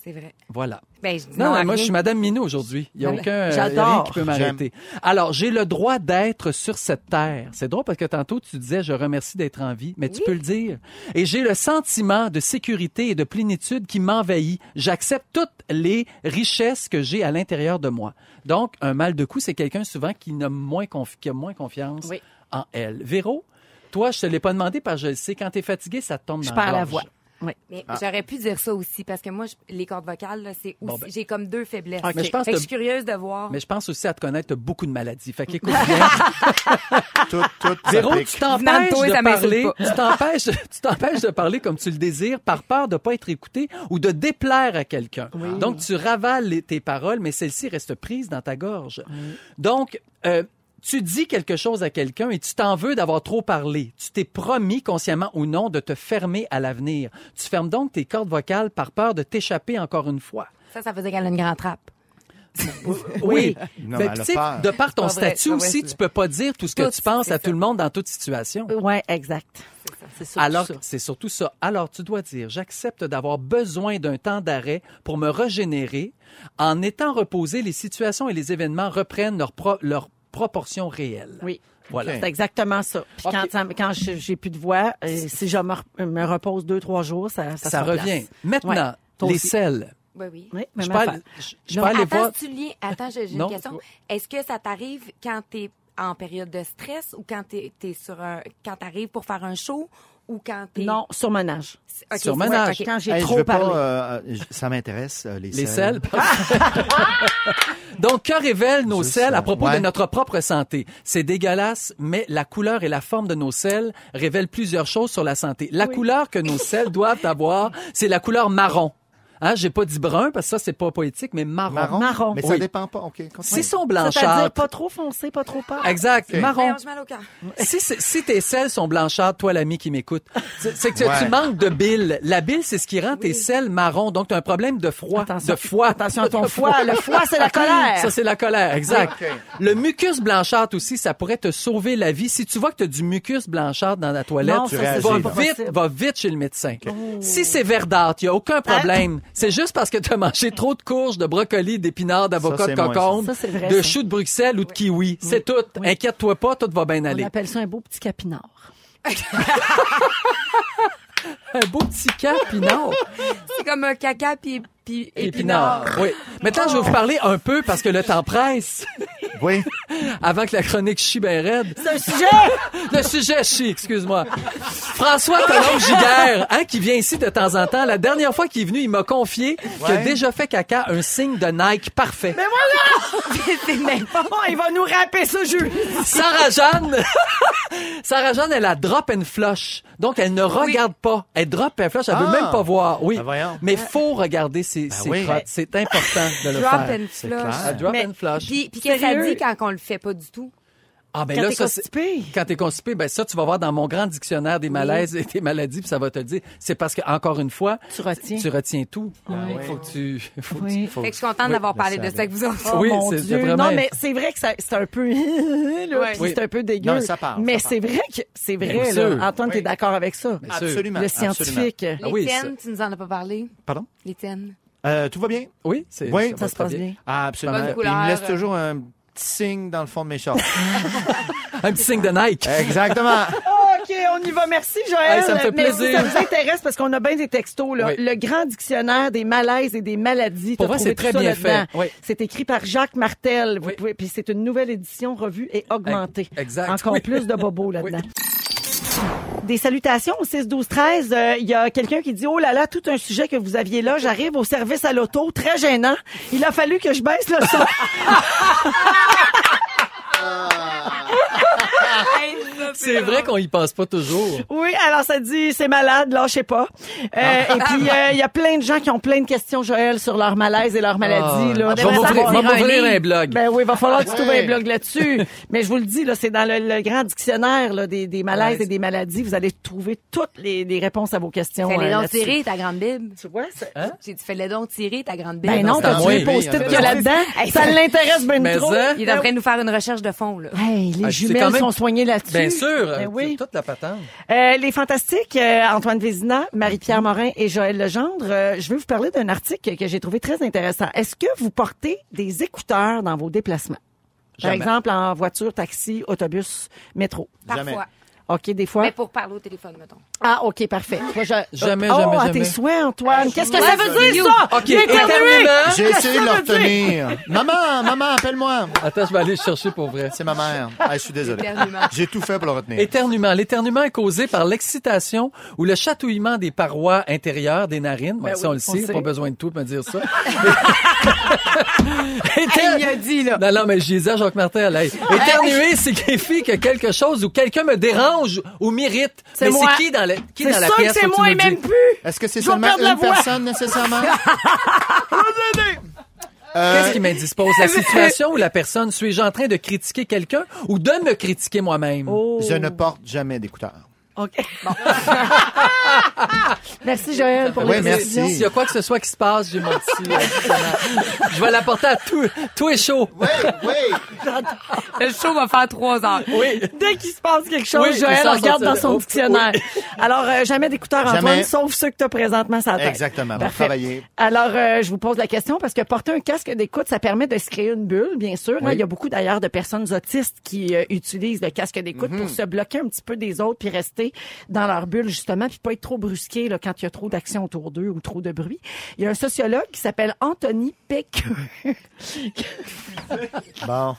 B: c'est vrai.
D: Voilà.
B: Ben, je dis
D: Non,
B: non. à
D: mais moi,
B: rien.
D: je suis Madame Minou aujourd'hui. Il n'y a
B: Voilà.
D: aucun euh,
C: J'adore.
D: y a rien qui peut
E: J'aime.
D: m'arrêter. Alors, j'ai le droit d'être sur cette terre. C'est drôle parce que tantôt, tu disais, je remercie d'être en vie, mais tu peux le dire. Et j'ai le sentiment de sécurité et de plénitude qui m'envahit. J'accepte toutes les richesses que j'ai à l'intérieur de moi. Donc, un mal de cou, c'est quelqu'un souvent qui, n'a moins confi- qui a moins confiance
C: Oui.
D: en elle. Véro, toi, je te l'ai pas demandé parce que je le sais, quand tu es fatigué, ça te tombe
C: Je
D: dans
C: perds la
D: gorge.
C: voix. Oui.
B: Mais j'aurais pu dire ça aussi parce que moi, je- les cordes vocales, là, c'est
D: Ah.
B: aussi...
D: Bon, ben.
B: j'ai comme deux faiblesses.
D: Ok. Mais je pense
B: Fait que
D: que-
B: je suis curieuse de voir.
D: Mais je pense aussi à te connaître, t'as beaucoup de maladies. Fait qu'écoute bien.
E: Tout, tout, ça
D: Véro,
E: pique.
D: tu
B: Venant de
D: t'empêches
B: toi,
D: de
B: ça m'insulte
D: parler, tu t'empêches, tu t'empêches de parler comme tu le désires par peur de pas être écouté ou de déplaire à quelqu'un. Ah. Donc tu ravales les- tes paroles, mais celles-ci restent prises dans ta gorge. Donc euh, tu dis quelque chose à quelqu'un et tu t'en veux d'avoir trop parlé. Tu t'es promis, consciemment ou non, de te fermer à l'avenir. Tu fermes donc tes cordes vocales par peur de t'échapper encore une fois.
B: Ça, ça faisait qu'elle a une grande trappe.
D: Oui. Mais
E: Non, mais elle
D: tu
E: a
D: sais,
E: peur.
D: de par ton
B: Pas vrai,
D: statut
B: pas vrai,
D: aussi,
B: c'est-
D: tu peux pas dire tout ce que
B: Tout,
D: tu penses
B: c'est
D: à
B: ça.
D: tout le monde dans toute situation.
C: Ouais, exact. C'est surtout
D: Alors,
C: ça.
D: c'est surtout ça. Alors, tu dois dire, j'accepte d'avoir besoin d'un temps d'arrêt pour me régénérer. En étant reposé, les situations et les événements reprennent leur, pro- leur proportion réelle.
C: Oui.
D: Voilà.
E: Ok.
C: C'est exactement ça. Puis
D: Ok.
C: quand, ça- quand je- j'ai plus de voix, euh, si je me, re- me repose deux, trois jours, ça, ça,
D: Ça
C: se replace.
D: revient. Maintenant,
C: Ouais. Toi
D: les
C: aussi.
D: selles.
B: Oui, oui.
C: Oui, même
D: Je peux aller,
C: affaire.
D: je- je
C: Non,
D: peux aller
B: Attends,
D: voir.
B: si tu liens. Attends, j'ai j'ai
D: Non.
B: une question. Est-ce que ça t'arrive quand t'es en période de stress ou quand t'es es sur un, quand t'arrives pour faire un show ou quand t'es
C: Non, sur mon âge.
B: Ok,
D: Sur
B: c'est-
D: mon
B: ouais,
D: âge,
B: ok.
C: Quand j'ai
E: Hey, je
C: trop
E: veux pas,
C: parlé.
E: euh, euh, j- ça m'intéresse, euh, les,
D: Les selles.
E: selles.
D: Donc, que révèlent nos
E: Juste
D: selles à
E: ça.
D: propos
E: Ouais.
D: de notre propre santé? C'est dégueulasse, mais la couleur et la forme de nos selles révèlent plusieurs choses sur la santé. La couleur que nos selles doivent avoir, c'est la couleur marron. Hein, j'ai pas dit brun parce que ça c'est pas poétique, mais marron.
E: Marron.
C: Marron.
E: Mais
D: Oui.
E: ça dépend pas. OK, continue.
D: Si sont
C: C'est-à-dire
D: blanchâtres,
C: pas trop foncé, pas trop pâle.
D: exact,
E: Ok.
D: marron.
B: Voyons, Ben, j'ai mal au cœur.
D: Si, c'est- si tes selles sont blanchâtres, toi l'ami qui m'écoute, c'est c'est que tu-
E: Ouais.
D: tu manques de bile. La bile, c'est ce qui rend tes selles marron. Donc t'as un problème de froid,
C: Attention.
D: de foie.
C: Attention à ton foie. Le foie, c'est la colère.
D: Ça, c'est la colère, exact.
E: Oui, OK.
D: Le mucus blanchâtre aussi, ça pourrait te sauver la vie. Si tu vois que tu as du mucus blanchâtre dans la toilette,
C: Non,
E: tu
C: ça,
E: réagis,
C: c'est Oh.
D: va
E: là.
C: pas
D: vite,
C: possible.
D: va vite chez le médecin. Si c'est verdâtre, il n'y a aucun problème.
C: Hein?
D: C'est juste parce que tu as mangé trop de courges, de brocolis, d'épinards, d'avocats,
E: Ça,
D: de
E: c'est moins,
D: concombres,
C: ça. Ça, c'est vrai,
D: de
C: ça.
D: choux de Bruxelles ou de kiwi. C'est tout. Inquiète-toi pas, tout va bien
C: On
D: aller.
C: appelle ça un beau petit capinard.
D: Un beau petit cap, pinard.
B: C'est comme un caca puis puis
D: Épinard. Oui. Maintenant, je vais vous parler un peu parce que le temps presse.
E: Oui.
D: avant que la chronique chie ben raide.
C: C'est un sujet!
D: Le sujet chie, excuse-moi. François Talon Giguère, hein, qui vient ici de temps en temps. La dernière fois qu'il est venu, il m'a confié qu'il a
E: Ouais.
D: déjà fait caca un signe de Nike parfait.
C: Mais voilà! C'est même pas bon, il va nous rapper ça, Julie!
D: Sarah Jeanne, Sarah Jeanne, elle a drop and flush. Donc, elle ne regarde pas. Elle drop and flush. Elle veut
E: Ah.
D: même pas voir. Oui.
E: Ben voyons. Ben
D: Mais faut regarder ses, ses
E: oui.
D: crottes. C'est important de le
B: Drop
D: faire.
B: and
E: clair.
B: flush.
D: Elle drop
C: Mais-
D: and flush.
B: Puis, puis qu'est-ce que ça
C: Sérieux?
B: dit quand on le fait pas du tout?
D: Ah, ben
C: Quand
D: là,
C: t'es
D: ça, c'est-
C: constipé.
D: Quand t'es constipé, ben ça, tu vas voir dans mon grand dictionnaire des malaises et des maladies, puis ça va te le dire. C'est parce que, encore une fois,
C: Tu retiens. Ah
D: tu retiens tout. Il Faut que tu, faut que
C: Oui.
D: tu, faut
B: Fait que je suis contente d'avoir
E: je
B: parlé de
E: savais.
B: ça avec vous autres.
D: Ah Oui,
C: Oh, mon
D: c'est-
C: Dieu.
D: c'est vraiment-
C: Non, mais c'est vrai que ça- c'est un peu. là,
B: Ouais.
C: puis
D: Oui.
C: C'est un peu dégueu.
E: Non, ça part,
C: mais
E: ça
C: c'est vrai que. C'est
D: Bien
C: vrai,
D: sûr.
C: là. Antoine, t'es d'accord avec ça?
D: Bien sûr.
E: Absolument.
C: Le
E: absolument.
C: scientifique.
D: Ah oui,
B: L'étienne, tu nous en as pas parlé?
E: Pardon?
B: L'étienne.
E: Euh, tout va bien?
D: Oui, c'est,
E: Oui,
D: va
C: Ça se
D: très
C: passe bien.
E: Ah, absolument.
B: Bonne
E: Puis Il me
B: couleur.
E: laisse
C: euh.
E: toujours un petit signe dans le fond de mes shorts.
D: Un petit signe de Nike.
E: Exactement.
C: OK, on y va. Merci, Joël.
D: Hey, ça me fait
C: Merci,
D: plaisir.
C: ça nous intéresse parce qu'on a bien des textos. Là.
D: Oui.
C: Le grand dictionnaire des malaises et des maladies.
D: Pour
C: T'as
D: vrai, c'est
C: trouvé tout
D: très
C: ça
D: bien
C: là-dedans.
D: fait. Oui.
C: C'est écrit par Jacques Martel. Vous
D: Oui.
C: pouvez- Puis c'est une nouvelle édition revue et augmentée.
D: Eh, exact,
C: Encore
D: oui.
C: plus de bobos là-dedans. Des salutations au 6 12 13, euh, il y a quelqu'un qui dit "Oh là là, tout un sujet que vous aviez là, j'arrive au service à l'auto, très gênant. Il a fallu que je baisse le son."
D: C'est vrai qu'on y pense pas toujours.
C: Oui, alors ça dit c'est malade, lâchez pas. Euh,
B: Ah.
C: et puis euh, il y a plein de gens qui ont plein de questions, Joël, sur leur malaise et leur maladie. là.
D: je vais m'ouvrir-
C: savoir-
D: je vais m'ouvrir un blog.
C: Ben oui, il va falloir que tu trouves
E: Ouais.
C: un blog là-dessus. Mais je vous le dis, là, c'est dans le, le grand dictionnaire là, des, des malaises
D: Ouais.
C: et des maladies. Vous allez trouver toutes les, les réponses à vos questions.
B: Fais-les
D: hein,
C: euh,
B: donc
C: là-dessus.
B: tirer ta grande Bible.
C: Tu vois, c'est-
B: J'ai dit, fais-les donc tirer ta grande Bible.
C: Ben non,
D: c'est à
C: t'as
D: moi, hein,
C: tué
E: mais
C: post-it
E: il y en a
C: qu'il y a
E: d'autres.
C: là-dedans.
B: Hey,
C: Ça l'intéresse ben
D: Mais
C: trop.
D: ça-
B: Il est en train de nous faire une recherche de fond, là.
C: Hey, les
D: Ah, c'est
C: jumelles
D: quand même-
C: sont soignées là-dessus.
D: Bien sûr.
C: Ben oui.
D: Toute la patente.
C: Euh, les Fantastiques, euh, Antoine Vézina, Marie-Pierre
D: Mm-hmm.
C: Morin et Joël Legendre, euh, je vais vous parler d'un article que j'ai trouvé très intéressant. Est-ce que vous portez des écouteurs dans vos déplacements?
D: Jamais.
C: Par exemple, en voiture, taxi, autobus, métro.
E: Jamais.
B: Parfois.
C: OK, des fois.
B: Mais pour parler au téléphone, mettons.
C: Ah, OK, parfait. Toi, je-
D: Jamais,
C: oh,
D: jamais,
C: à
D: jamais.
C: tes souhaits, Antoine. Qu'est-ce que
B: je-
C: ça veut dire,
B: Moi,
C: ça?
D: OK,
C: J'ai éternué.
D: éternuement.
E: J'ai
C: Qu'est-ce
E: essayé de
C: que
E: le
C: ça veut dire?
E: retenir. maman, maman, appelle-moi.
D: Attends, je vais aller le chercher pour vrai.
E: C'est ma mère. Ah, je suis désolé.
B: Éternuement.
E: J'ai tout fait pour le retenir.
D: Éternuement. L'éternuement est causé par l'excitation ou le chatouillement des parois intérieures des narines. Bon, ça, on le sait.
C: Ben sait.
D: Pas besoin de tout pour me dire ça.
C: il a dit, là.
D: Non, non, mais je disais à Jacques Martin, là, hey, éternuer signifie que quelque chose ou quelqu'un me dérange ou m'irrite.
C: C'est
D: Mais
C: moi.
D: c'est qui dans la, qui
C: C'est
D: dans la
C: sûr que
D: pièce?
C: c'est
D: où tu
C: moi
D: nous
C: et même
D: dis-
C: plus.
E: Est-ce que c'est
C: Je vais
E: seulement
C: perdre la
E: une
C: voix.
E: personne nécessairement? Euh,
D: Qu'est-ce qui m'indispose? La situation ou la personne? Suis-je en train de critiquer quelqu'un ou de me critiquer moi-même?
C: Oh,
E: Je ne porte jamais d'écouteurs.
C: OK. Merci, Joël, pour
E: Oui,
C: les
E: merci.
C: précisions.
D: S'il y a quoi que ce soit qui se passe, j'ai mon petit, euh, dictionnaire. Je vais l'apporter à tout, tout est chaud.
E: Oui, oui.
B: Le show va faire trois heures.
D: Oui.
C: Dès qu'il se passe quelque chose,
D: Oui,
C: Joël
D: ça, ça,
C: regarde
D: ça,
C: dans
D: ça,
C: son
D: oh,
C: dictionnaire. Alors, euh, jamais d'écouteurs, Antoine,
E: Jamais.
C: sauf ceux que tu as présentement sur la tête.
E: Exactement, pour
C: Parfait.
E: travailler.
C: Alors, euh, je vous pose la question parce que porter un casque d'écoute, ça permet de se créer une bulle, bien sûr. hein. Il y a beaucoup d'ailleurs de personnes autistes qui euh, utilisent le casque d'écoute
E: Mhm.
C: pour se bloquer un petit peu des autres puis rester dans leur bulle, justement, puis pas être trop brusqué là, quand il y a trop d'action autour d'eux ou trop de bruit. Il y a un sociologue qui s'appelle Anthony Peck.
E: Bon.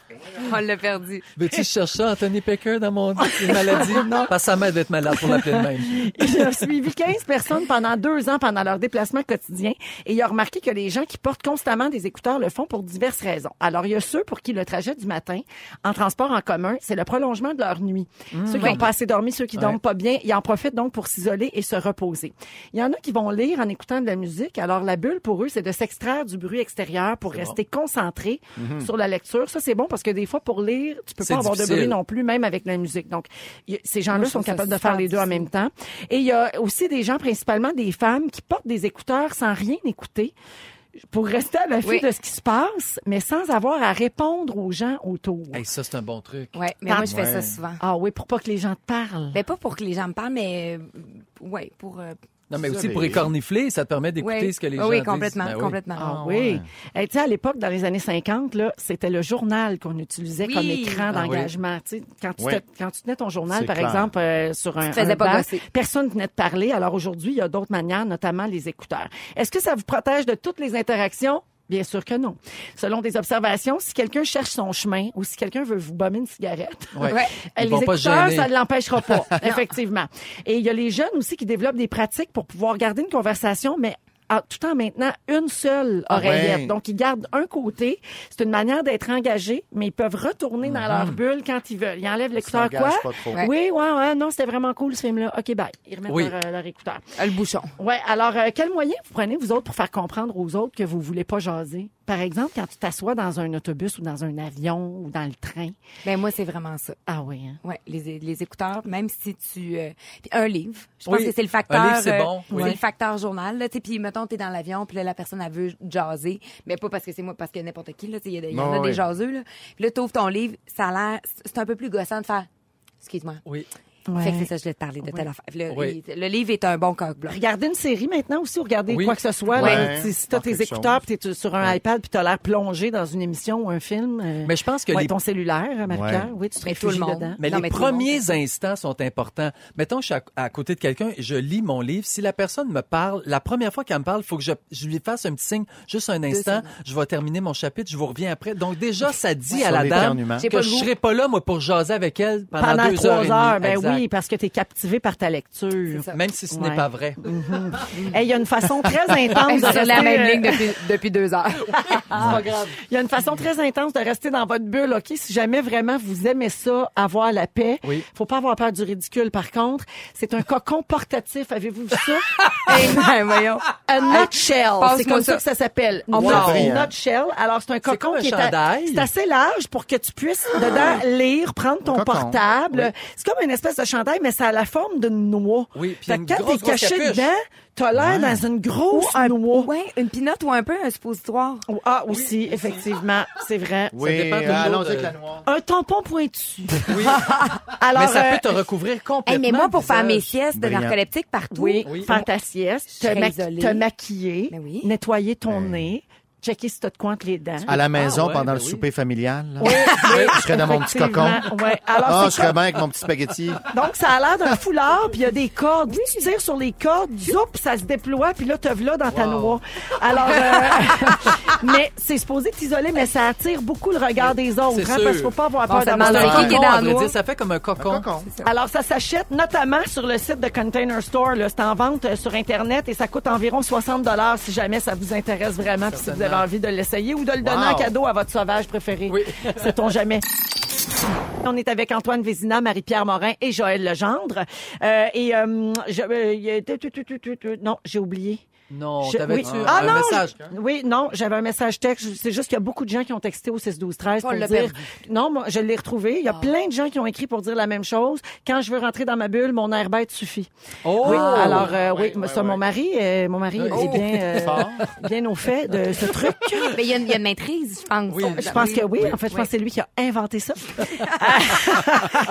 B: On l'a perdu.
D: Veux-tu chercher Anthony Pecker dans mon maladie? Non. Parce que sa mère doit être malade pour la pleine même.
C: Il a suivi 15 personnes pendant deux ans pendant leur déplacement quotidien et il a remarqué que les gens qui portent constamment des écouteurs le font pour diverses raisons. Alors, il y a ceux pour qui le trajet du matin en transport en commun, c'est le prolongement de leur nuit. Ceux qui n'ont pas assez dormi, ceux qui
D: Mmh, Ouais.
C: dorment pas bien, ils en profitent donc pour s'isoler et se reposer. Il y en a qui vont lire en écoutant de la musique. Alors, la bulle pour eux, c'est de s'extraire du bruit extérieur pour rester concentré sur la lecture. Ça, c'est bon parce que des fois, pour lire, tu peux
D: Mmh. C'est
C: pas avoir de bruit
D: difficile.
C: non plus, même avec la musique. Donc, y a- ces gens-là
B: Moi, je
C: sont
B: trouve ça
C: capables de
B: super
C: faire les deux en même temps. Et il y a aussi des gens, principalement des femmes, qui portent des écouteurs sans rien écouter pour rester à l'affût
B: Oui.
C: de ce qui se passe, mais sans avoir à répondre aux gens autour.
D: Hey, ça, c'est un bon truc.
B: Ouais, mais
C: Tant-
B: moi, je fais
E: Ouais.
B: ça souvent.
C: Ah oui, pour pas que les gens te parlent.
B: Ben, pas pour que les gens me parlent, mais, euh, ouais, pour, euh,
D: Non, mais
E: Ça,
D: aussi
E: les-
D: pour écornifler, ça te permet d'écouter
B: ouais.
D: ce que les
B: Ah
D: gens
B: Oui,
D: disent.
B: complètement,
D: Ben oui.
B: complètement.
C: Ah oui. Hey, tu sais, à l'époque, dans les années 50, là, c'était le journal qu'on utilisait
B: Oui.
C: comme écran
D: Ah oui.
C: d'engagement. Tu sais, Quand, tu
E: Oui.
C: te- quand tu tenais ton journal,
E: C'est
C: par
E: clair.
C: exemple, euh, sur un,
B: faisais
C: un
B: pas
C: banc,
B: gosser.
C: personne venait de parler. Alors aujourd'hui, il y a d'autres manières, notamment les écouteurs. Est-ce que ça vous protège de toutes les interactions? Bien sûr que non. Selon des observations, si quelqu'un cherche son chemin ou si quelqu'un veut vous bomber une cigarette,
D: Ouais.
B: Ouais.
C: euh,
D: Ils
C: les
D: vont pas
C: écouteurs,
D: se gêner.
C: ça ne l'empêchera pas, effectivement. Et il y a les jeunes aussi qui développent des pratiques pour pouvoir garder une conversation, mais en- tout en maintenant une seule
D: Ah
C: oreillette.
E: ouais.
C: Donc, ils gardent un côté. C'est une manière d'être engagés, mais ils peuvent retourner
D: Mhm.
C: dans leur bulle quand ils veulent. Ils enlèvent l'écouteur, quoi?
E: s'engagent pas trop.
B: Ouais.
C: Oui, ouais, ouais, non, c'était vraiment cool ce film-là. OK, bye. Ils remettent
D: Oui.
C: leur, euh, leur écouteur.
B: Ah, Le bouchon.
C: Ouais, alors euh, quel moyen vous prenez vous autres pour faire comprendre aux autres que vous voulez pas jaser Par exemple, quand tu t'assois dans un autobus ou dans un avion ou dans le train.
B: Ben moi, c'est vraiment ça.
C: Ah oui. hein?
B: Ouais, les, les écouteurs, même si tu euh, puis un livre, je pense
D: Oui,
B: que c'est le facteur
D: un livre, c'est
B: euh,
D: bon, oui.
B: c'est le facteur journal là, tu sais, puis mettons t'es dans l'avion, puis là la personne elle veut jaser, mais pas parce que c'est moi parce que n'importe qui là, tu sais, il y, a des- il y en a
E: Non,
B: des
E: oui.
B: jaseux là. Puis là t'ouvres ton livre, ça a l'air c'est un peu plus gossant de faire excuse-moi.
D: Oui.
B: Fait que
C: Ouais.
B: c'est ça je voulais te parler de telle affaire. Le,
D: Oui.
B: il- le livre est un bon coq blanc.
C: Regarder une série maintenant aussi, ou regarder
D: Oui.
C: quoi que ce soit.
E: Ouais.
C: là, si- si t'as
E: Voir
C: tes
E: quelque
C: écouteurs, puis t'es sur un iPad, puis t'as l'air plongé dans une émission ou un film. euh,
D: Mais je pense que
C: ouais,
D: les-
C: ton cellulaire, Marie-Pierre,
E: Ouais.
C: oui, tu te
B: Mais tout le
C: réfugies
B: monde.
C: dedans.
D: Mais
B: Non,
D: les
B: mais tout le monde
D: premiers
B: fait ça.
D: instants sont importants. Mettons, je suis à, à côté de quelqu'un et je lis mon livre. Si la personne me parle, la première fois qu'elle me parle, il faut que je, je lui fasse un petit signe, juste un instant. Je vais terminer mon chapitre, je vous reviens après. Donc déjà, ça dit à
E: Sur
D: la
E: l'éternuement.
D: dame
B: J'ai
D: que
B: pas
D: je
B: le goût.
D: serai pas là, moi, pour jaser avec elle pendant,
C: Pendant
D: deux
C: trois
D: et
C: heures,
D: demie.
C: ben
D: Exact.
C: oui, parce que t'es captivé par ta lecture.
B: ça.
D: Même si ce
C: Ouais.
D: n'est pas vrai.
C: Hey, Il y a une façon très intense
B: Même
C: de
B: sur la
C: rester,
B: même
C: euh, ah,
B: ligne depuis, depuis deux heures.
C: Il y a une façon très intense de rester dans votre bulle, OK? Si jamais vraiment vous aimez ça, avoir la paix,
D: Oui.
C: faut pas avoir peur du ridicule, par contre. C'est un cocon portatif, avez-vous vu ça?
B: Ben, voyons.
C: Un nutshell. C'est
B: passe-moi
C: comme ça
B: ça.
C: que ça s'appelle.
B: On
C: Wow.
B: peut le
E: dire, hein?
C: Nutshell. Alors, c'est un cocon
D: comme un
C: qui est, à-
D: chandail.
C: c'est assez large pour que tu puisses dedans lire, prendre ton
E: Ah. cocon.
C: portable. C'est comme une espèce de chandail, mais ça a la forme d'une noix.
D: Oui, puis
C: Fait
D: une
C: que quand
D: grosse,
C: t'es caché
D: grosse capuche.
C: dedans, t'as l'air dans une grosse noix.
B: Ouais, une pinotte ou un peu un suppositoire.
C: Ou- Ah, aussi, effectivement. C'est vrai.
E: Oui, euh,
D: dépend de
E: allons-y
D: l'autre.
C: euh.
E: avec la noire.
C: Un tampon pointu.
D: Oui.
C: Alors,
D: Mais ça
C: euh,
D: peut te recouvrir complètement.
B: Hey, mais moi, pour
D: le
B: faire mes
D: visage.
B: siestes de
E: Brillant.
B: narcoleptique partout,
C: oui,
D: Oui.
C: faire ta sieste,
B: Je
C: te,
B: serais
C: ma-
B: isolée.
C: te maquiller,
B: Ben oui.
C: nettoyer ton nez, checker si t'as de quoi entre les dents.
E: À la maison
C: Ah
D: ouais,
E: pendant
D: ben
E: le
D: oui.
E: souper familial. là.
C: Oui, oui,
E: Je serais dans mon petit cocon.
C: effectivement, ouais. Alors,
E: Ah,
C: c'est
E: je serais
C: comme-
E: bien avec mon petit spaghetti.
C: Donc, ça a l'air d'un foulard, puis il y a des cordes. Puis Tu tires sur les cordes, zoup, ça se déploie, puis là, te v'là dans ta noix. Alors, euh, mais c'est supposé t'isoler, mais ça attire beaucoup le regard des autres,
D: C'est
C: hein,
D: sûr.
C: parce qu'il faut pas avoir
B: Bon,
C: peur
B: ça
C: d'avoir
B: demande
D: C'est
B: un
C: un
B: qui est
D: cocon,
B: dans
D: à
B: le
D: vrai
B: noix.
D: dire, ça fait comme un cocon.
E: Cocon.
C: Alors, ça s'achète notamment sur le site de Container Store. là. C'est en vente euh, sur Internet et ça coûte environ 60 si jamais ça vous intéresse vraiment puis si vous avez envie de l'essayer ou de le donner en cadeau à votre sauvage préféré.
D: Oui.
C: Sait-on jamais. On est avec Antoine Vézina, Marie-Pierre Morin et Joël Legendre. Euh, et euh, je, euh, il y a- tu- tu- tu- tu- tu- non, j'ai oublié.
D: Non,
C: Je-
D: t'avais-tu
C: oui. Ah,
D: un
C: non,
D: message?
C: je- oui, non, j'avais un message texte. C'est juste qu'il y a beaucoup de gens qui ont texté au 6 12 13
B: On
C: pour
B: l'a
C: dire
B: perdu.
C: non, moi, je l'ai retrouvé. Il y a plein de gens qui ont écrit pour dire la même chose. Quand je veux rentrer dans ma bulle, mon air bête suffit.
D: Oh!
C: Oui, alors euh,
E: Ouais,
C: oui,
E: ouais,
C: ça,
E: ouais.
C: mon mari, euh, mon mari
D: Oh.
C: est bien euh, bien au fait de ce truc.
B: Mais il y, a une- il y a une maîtrise, je pense.
D: Oui.
C: Je pense que oui. En fait, je pense que c'est lui qui a inventé ça.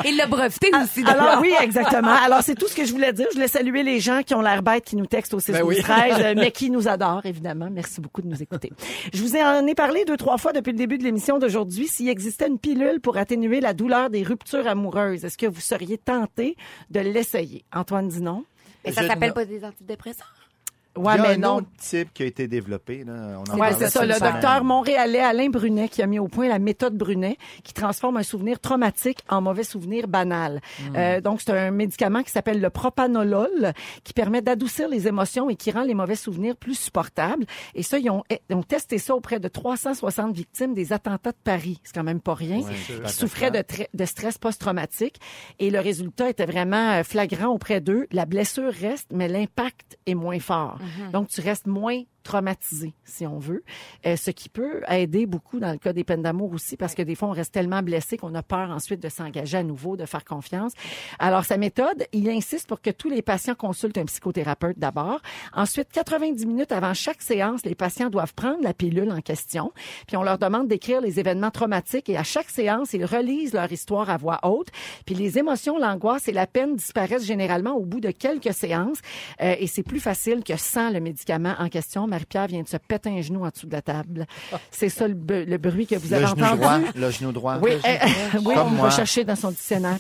B: Il l'a breveté
E: Ah,
B: aussi.
C: Alors
B: d'ailleurs.
C: oui, exactement. Alors c'est tout ce que je voulais dire. Je voulais saluer les gens qui ont l'air bêtes, qui nous textent au 6
D: Ben oui.
C: 13 euh, mais qui nous adorent, évidemment. Merci beaucoup de nous écouter. Je vous en ai parlé deux, trois fois depuis le début de l'émission d'aujourd'hui. S'il existait une pilule pour atténuer la douleur des ruptures amoureuses, est-ce que vous seriez tenté de l'essayer? Antoine dit non.
B: Mais ça
D: Je-
B: s'appelle pas des antidépresseurs.
C: Ouais,
E: Il y a
C: mais
E: un
C: non.
E: autre type qui a été développé. Là. On en
C: Ouais,
E: parlait
C: c'est ça,
E: cette
C: le
E: semaine.
C: docteur montréalais Alain Brunet qui a mis au point la méthode Brunet qui transforme un souvenir traumatique en mauvais souvenir banal. Euh, donc, c'est un médicament qui s'appelle le propanolol qui permet d'adoucir les émotions et qui rend les mauvais souvenirs plus supportables. Et ça, ils ont, eh, ils ont testé ça auprès de 360 victimes des attentats de Paris. C'est quand même pas rien.
E: Ouais, c'est
C: qui
E: sûr.
C: souffraient de, tra- de stress post-traumatique. Et le résultat était vraiment euh, flagrant auprès d'eux. La blessure reste, mais l'impact est moins fort. Donc, tu restes moins traumatisé, si on veut. Euh, ce qui peut aider beaucoup dans le cas des peines d'amour aussi, parce que des fois, on reste tellement blessé qu'on a peur ensuite de s'engager à nouveau, de faire confiance. Alors, sa méthode, il insiste pour que tous les patients consultent un psychothérapeute d'abord. Ensuite, 90 minutes avant chaque séance, les patients doivent prendre la pilule en question. Puis on leur demande d'écrire les événements traumatiques et à chaque séance, ils relisent leur histoire à voix haute. Puis les émotions, l'angoisse et la peine disparaissent généralement au bout de quelques séances. Euh, et c'est plus facile que sans le médicament en question, Marie-Pierre vient de se péter un genou en dessous de la table. C'est ça le, bu- le bruit que vous
E: le
C: avez
E: genou
C: entendu.
E: droit, le genou droit.
C: Oui,
E: Le genou
C: eh, eh, oui,
E: Comme
C: on
E: moi.
C: va chercher dans son dictionnaire.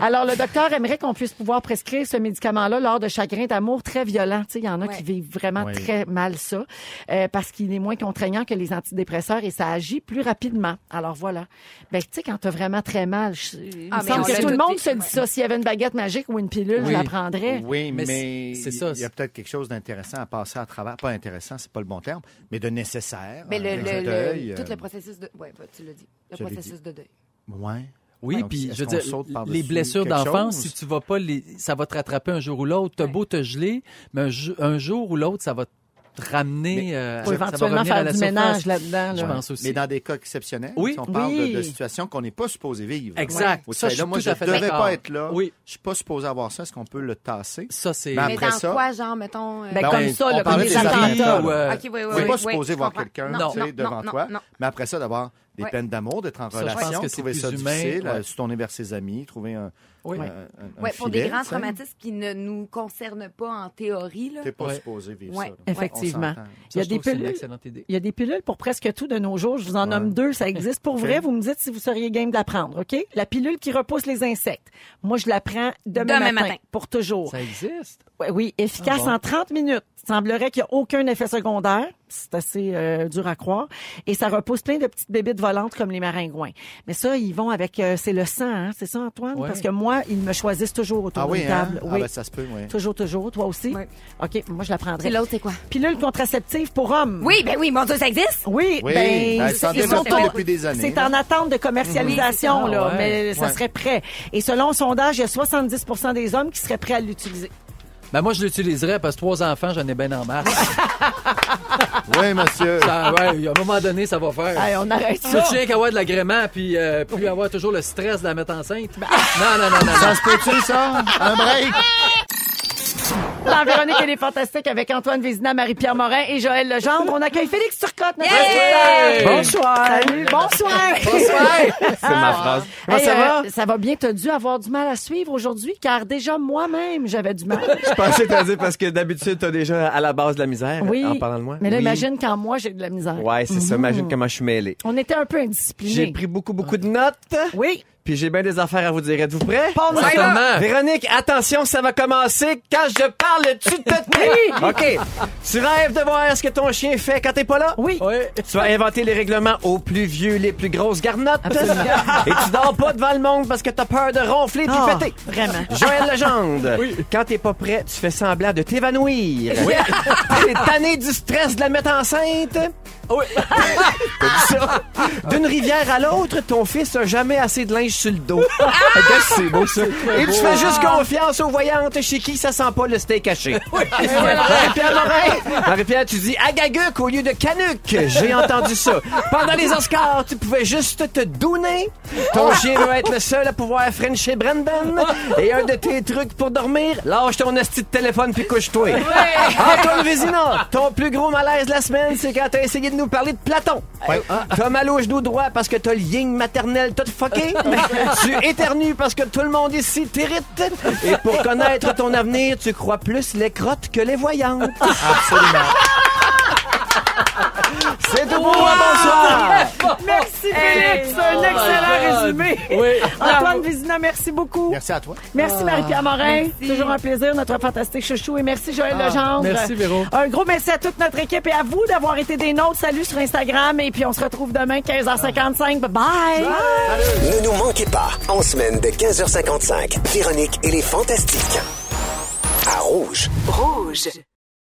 C: Alors, le docteur aimerait qu'on puisse pouvoir prescrire ce médicament-là lors de chagrins d'amour très violents. Tu sais, Il y en a
B: Ouais.
C: qui vivent vraiment
E: Oui.
C: très mal ça, euh, parce qu'il est moins contraignant que les antidépresseurs et ça agit plus rapidement. Alors, voilà. Ben, tu sais, quand t'as vraiment très mal, je- il
B: Ah,
C: me
B: mais
C: semble
B: on
C: que
B: l'a
C: tout le
B: douté,
C: monde se dit
B: ouais.
C: ça. S'il y avait une baguette magique ou une pilule,
D: Oui.
C: je la prendrais.
E: Oui,
D: Mais
E: mais,
D: c'est- c'est ça,
E: il y a peut-être quelque chose d'intéressant à passer à travers. Pas intéressant, c'est pas le bon terme, mais de nécessaire.
B: Mais le,
E: Ah, Un
B: le- le-
E: deuil,
B: tout
E: euh,
B: le processus de... Oui, tu l'as dit. Le
E: je l'ai
B: processus de deuil.
E: ouais.
D: Oui,
E: Donc,
D: puis
E: est-ce
D: je veux
E: qu'on
D: dire,
E: saute par-dessus
D: les blessures
E: quelque
D: d'enfance,
E: chose?
D: si tu vas pas, les, ça va te rattraper un jour ou l'autre. T'as
B: Ouais.
D: beau te geler, mais un, ju- un jour ou l'autre, ça va te ramener. euh,
C: Pour
D: ça va
C: éventuellement
D: revenir à
C: faire
D: la
C: du
D: surface.
C: ménage là-dedans.
D: Je
C: là.
D: pense aussi.
E: Mais dans des cas exceptionnels,
D: Oui.
E: si on parle
C: Oui.
E: de, de situations qu'on n'est pas supposé vivre.
D: Exact.
E: Vous
D: Ça,
E: savez,
D: je
E: là,
D: suis
E: moi,
D: tout
E: je
D: à fait
E: devrais
D: d'accord.
E: pas être là.
D: Oui.
E: Je suis pas supposé avoir ça. Est-ce qu'on peut le tasser?
D: Ça, c'est.
E: Ben,
B: Mais
E: Après
B: dans
E: ça-
B: quoi, genre, mettons... euh,
C: Ben,
E: Ben,
C: comme
D: on-
C: ça,
E: on
C: là,
E: parlait
C: les
E: des
C: attentats.
E: attentats,
D: ou, euh,
B: OK, oui, oui,
E: Tu n'es
B: oui,
E: pas
B: oui,
E: supposé
B: je
E: voir
B: comprends.
E: quelqu'un
B: Non,
E: tu sais,
B: non,
E: devant
B: non,
E: toi.
B: non, non.
E: Mais après ça, d'avoir des
B: Ouais.
E: peines d'amour, d'être en
D: Ça, je pense
E: relation,
D: que c'est
E: trouver
D: plus
E: ça
D: humain,
E: difficile,
D: ouais.
E: euh, se tourner vers ses amis, trouver un,
D: Oui.
E: un- un- un
B: Ouais, pour des
E: filet,
B: grands
E: tu sais.
B: traumatismes qui ne nous concernent pas en théorie. Là.
E: T'es pas
D: Ouais.
E: supposé vivre
B: Ouais.
E: ça. là.
C: Effectivement.
E: On s'entend.
C: Il y a
D: je trouve
C: des
D: que c'est une
C: pilules.
D: excellente idée.
C: Il y a des pilules pour presque tout de nos jours. Je vous en
E: Ouais.
C: nomme deux, ça existe. Pour vrai, vous me dites si vous seriez game de la prendre, OK? La pilule qui repousse les insectes. Moi, je la prends demain,
B: Demain
C: matin,
B: matin.
C: Pour toujours.
D: Ça existe.
C: Ouais, oui, efficace
D: Ah bon.
C: en 30 minutes. Il semblerait qu'il n'y a aucun effet secondaire. C'est assez euh, dur à croire. Et ça repousse plein de petites bébites volantes comme les maringouins. Mais ça, ils vont avec... euh, c'est le sang, hein? C'est ça, Antoine?
D: Ouais.
C: Parce que moi, ils me choisissent toujours autour
E: Ah oui,
C: d'une
E: hein?
C: table.
E: Ah ben, ça se peut, oui.
C: Toujours, toujours. Toi aussi?
B: Ouais.
C: OK, moi, je la
B: Puis
C: prendrais.
B: l'autre, c'est quoi?
C: Pilule contraceptive pour hommes.
B: Oui, ben oui, mon Dieu, ça existe!
C: Oui,
E: Oui,
G: Ah,
C: ben,
E: ben, c'est en
C: ils sont
E: développement
C: au-
E: depuis des années,
C: C'est
E: là.
C: en attente de commercialisation,
D: Mhm.
C: là,
D: Ah ouais.
C: mais ça
E: Ouais.
C: serait prêt. Et selon un sondage, il y a 70 des hommes qui seraient prêts à l'utiliser.
D: Ben, moi, je l'utiliserais parce que trois enfants, j'en ai ben en masse.
E: Oui, monsieur.
D: Ça, ouais, à un moment donné, ça va faire.
C: Hey, on arrête
D: Tu
E: Ah!
C: ça.
D: tiens qu'à avoir de l'agrément, puis, euh, puis avoir toujours le stress de la mettre enceinte. Non, non, non, non. non.
E: ah! Ça se peut-tu, ça? Un break?
C: Dans Véronique, elle est fantastique avec Antoine Vézina, Marie-Pierre Morin et Joël Legendre. On accueille Félix Turcotte, notre
D: Hey!
C: instructeur. Bonsoir. Salut, bonsoir. Ah!
G: C'est ma phrase.
C: Hey,
E: ça
C: euh, ça va bien, t'as dû avoir du mal à suivre aujourd'hui, car déjà moi-même, j'avais du mal.
G: Je pensais t'as dit parce que d'habitude, t'as déjà à la base de la misère
C: Oui.
G: en parlant de moi.
C: Mais là,
G: Oui.
C: imagine Mm. quand moi, j'ai de la misère.
G: Ouais, c'est ça. Imagine comment je suis mêlé.
C: On était un peu
G: J'ai
C: indisciplinés.
G: pris beaucoup, beaucoup de notes.
C: Oui.
G: Puis j'ai bien des affaires à vous dire. Êtes-vous prêts?
D: Ouais, Certainement.
G: Véronique, attention, ça va commencer quand je parle, tu te tais. OK. Tu rêves de voir ce que ton chien fait quand t'es pas là?
C: Oui.
D: Ouais.
G: Tu vas inventer les règlements aux plus vieux, les plus grosses garnottes. Et tu dors pas devant le monde parce que t'as peur de ronfler puis
C: Ah,
G: péter.
C: Vraiment.
G: Joël Legendre,
D: Oui.
G: quand t'es pas prêt, tu fais semblant de t'évanouir. T'es tanné du stress de la mettre enceinte.
D: Oui.
G: T'as dit ça. D'une rivière à l'autre, ton fils a jamais assez de linge sur le dos. Regarde, c'est beau ça. Et tu fais juste confiance aux voyantes chez qui ça sent pas le steak haché. Marie-Pierre Morin, Marie-Pierre, tu dis agaguc au lieu de canuc. J'ai entendu ça. Pendant les Oscars, tu pouvais juste te douner. Ton chien va être le seul à pouvoir frencher Brandon. Et un de tes trucs pour dormir, lâche ton asti de téléphone puis couche-toi. Ah, Antoine Vézina, ton plus gros malaise de la semaine, c'est quand t'as essayé de nous parler de Platon. Euh,
E: Ouais.
G: T'as mal au genou droit parce que t'as le yin maternel tout fucké. tu éternues parce que tout le monde ici t'irrite. Et pour connaître ton avenir, tu crois plus les crottes que les voyantes.
E: Absolument.
G: C'est tout pour moi, bonsoir!
C: Merci Félix, un excellent résumé.
D: Oui.
C: Antoine Vézina, merci beaucoup. Merci,
E: Merci à toi.
C: Marie-Pierre Morin. Toujours un plaisir, notre fantastique chouchou. Et merci Joël Legendre.
D: merci, Véro.
C: Un gros merci à toute notre équipe et à vous d'avoir été des nôtres. Salut sur Instagram et puis on se retrouve demain 15h55. Bye bye.
A: Ne nous manquez pas, en semaine de 15h55, Véronique et les Fantastiques. À Rouge.
H: Rouge.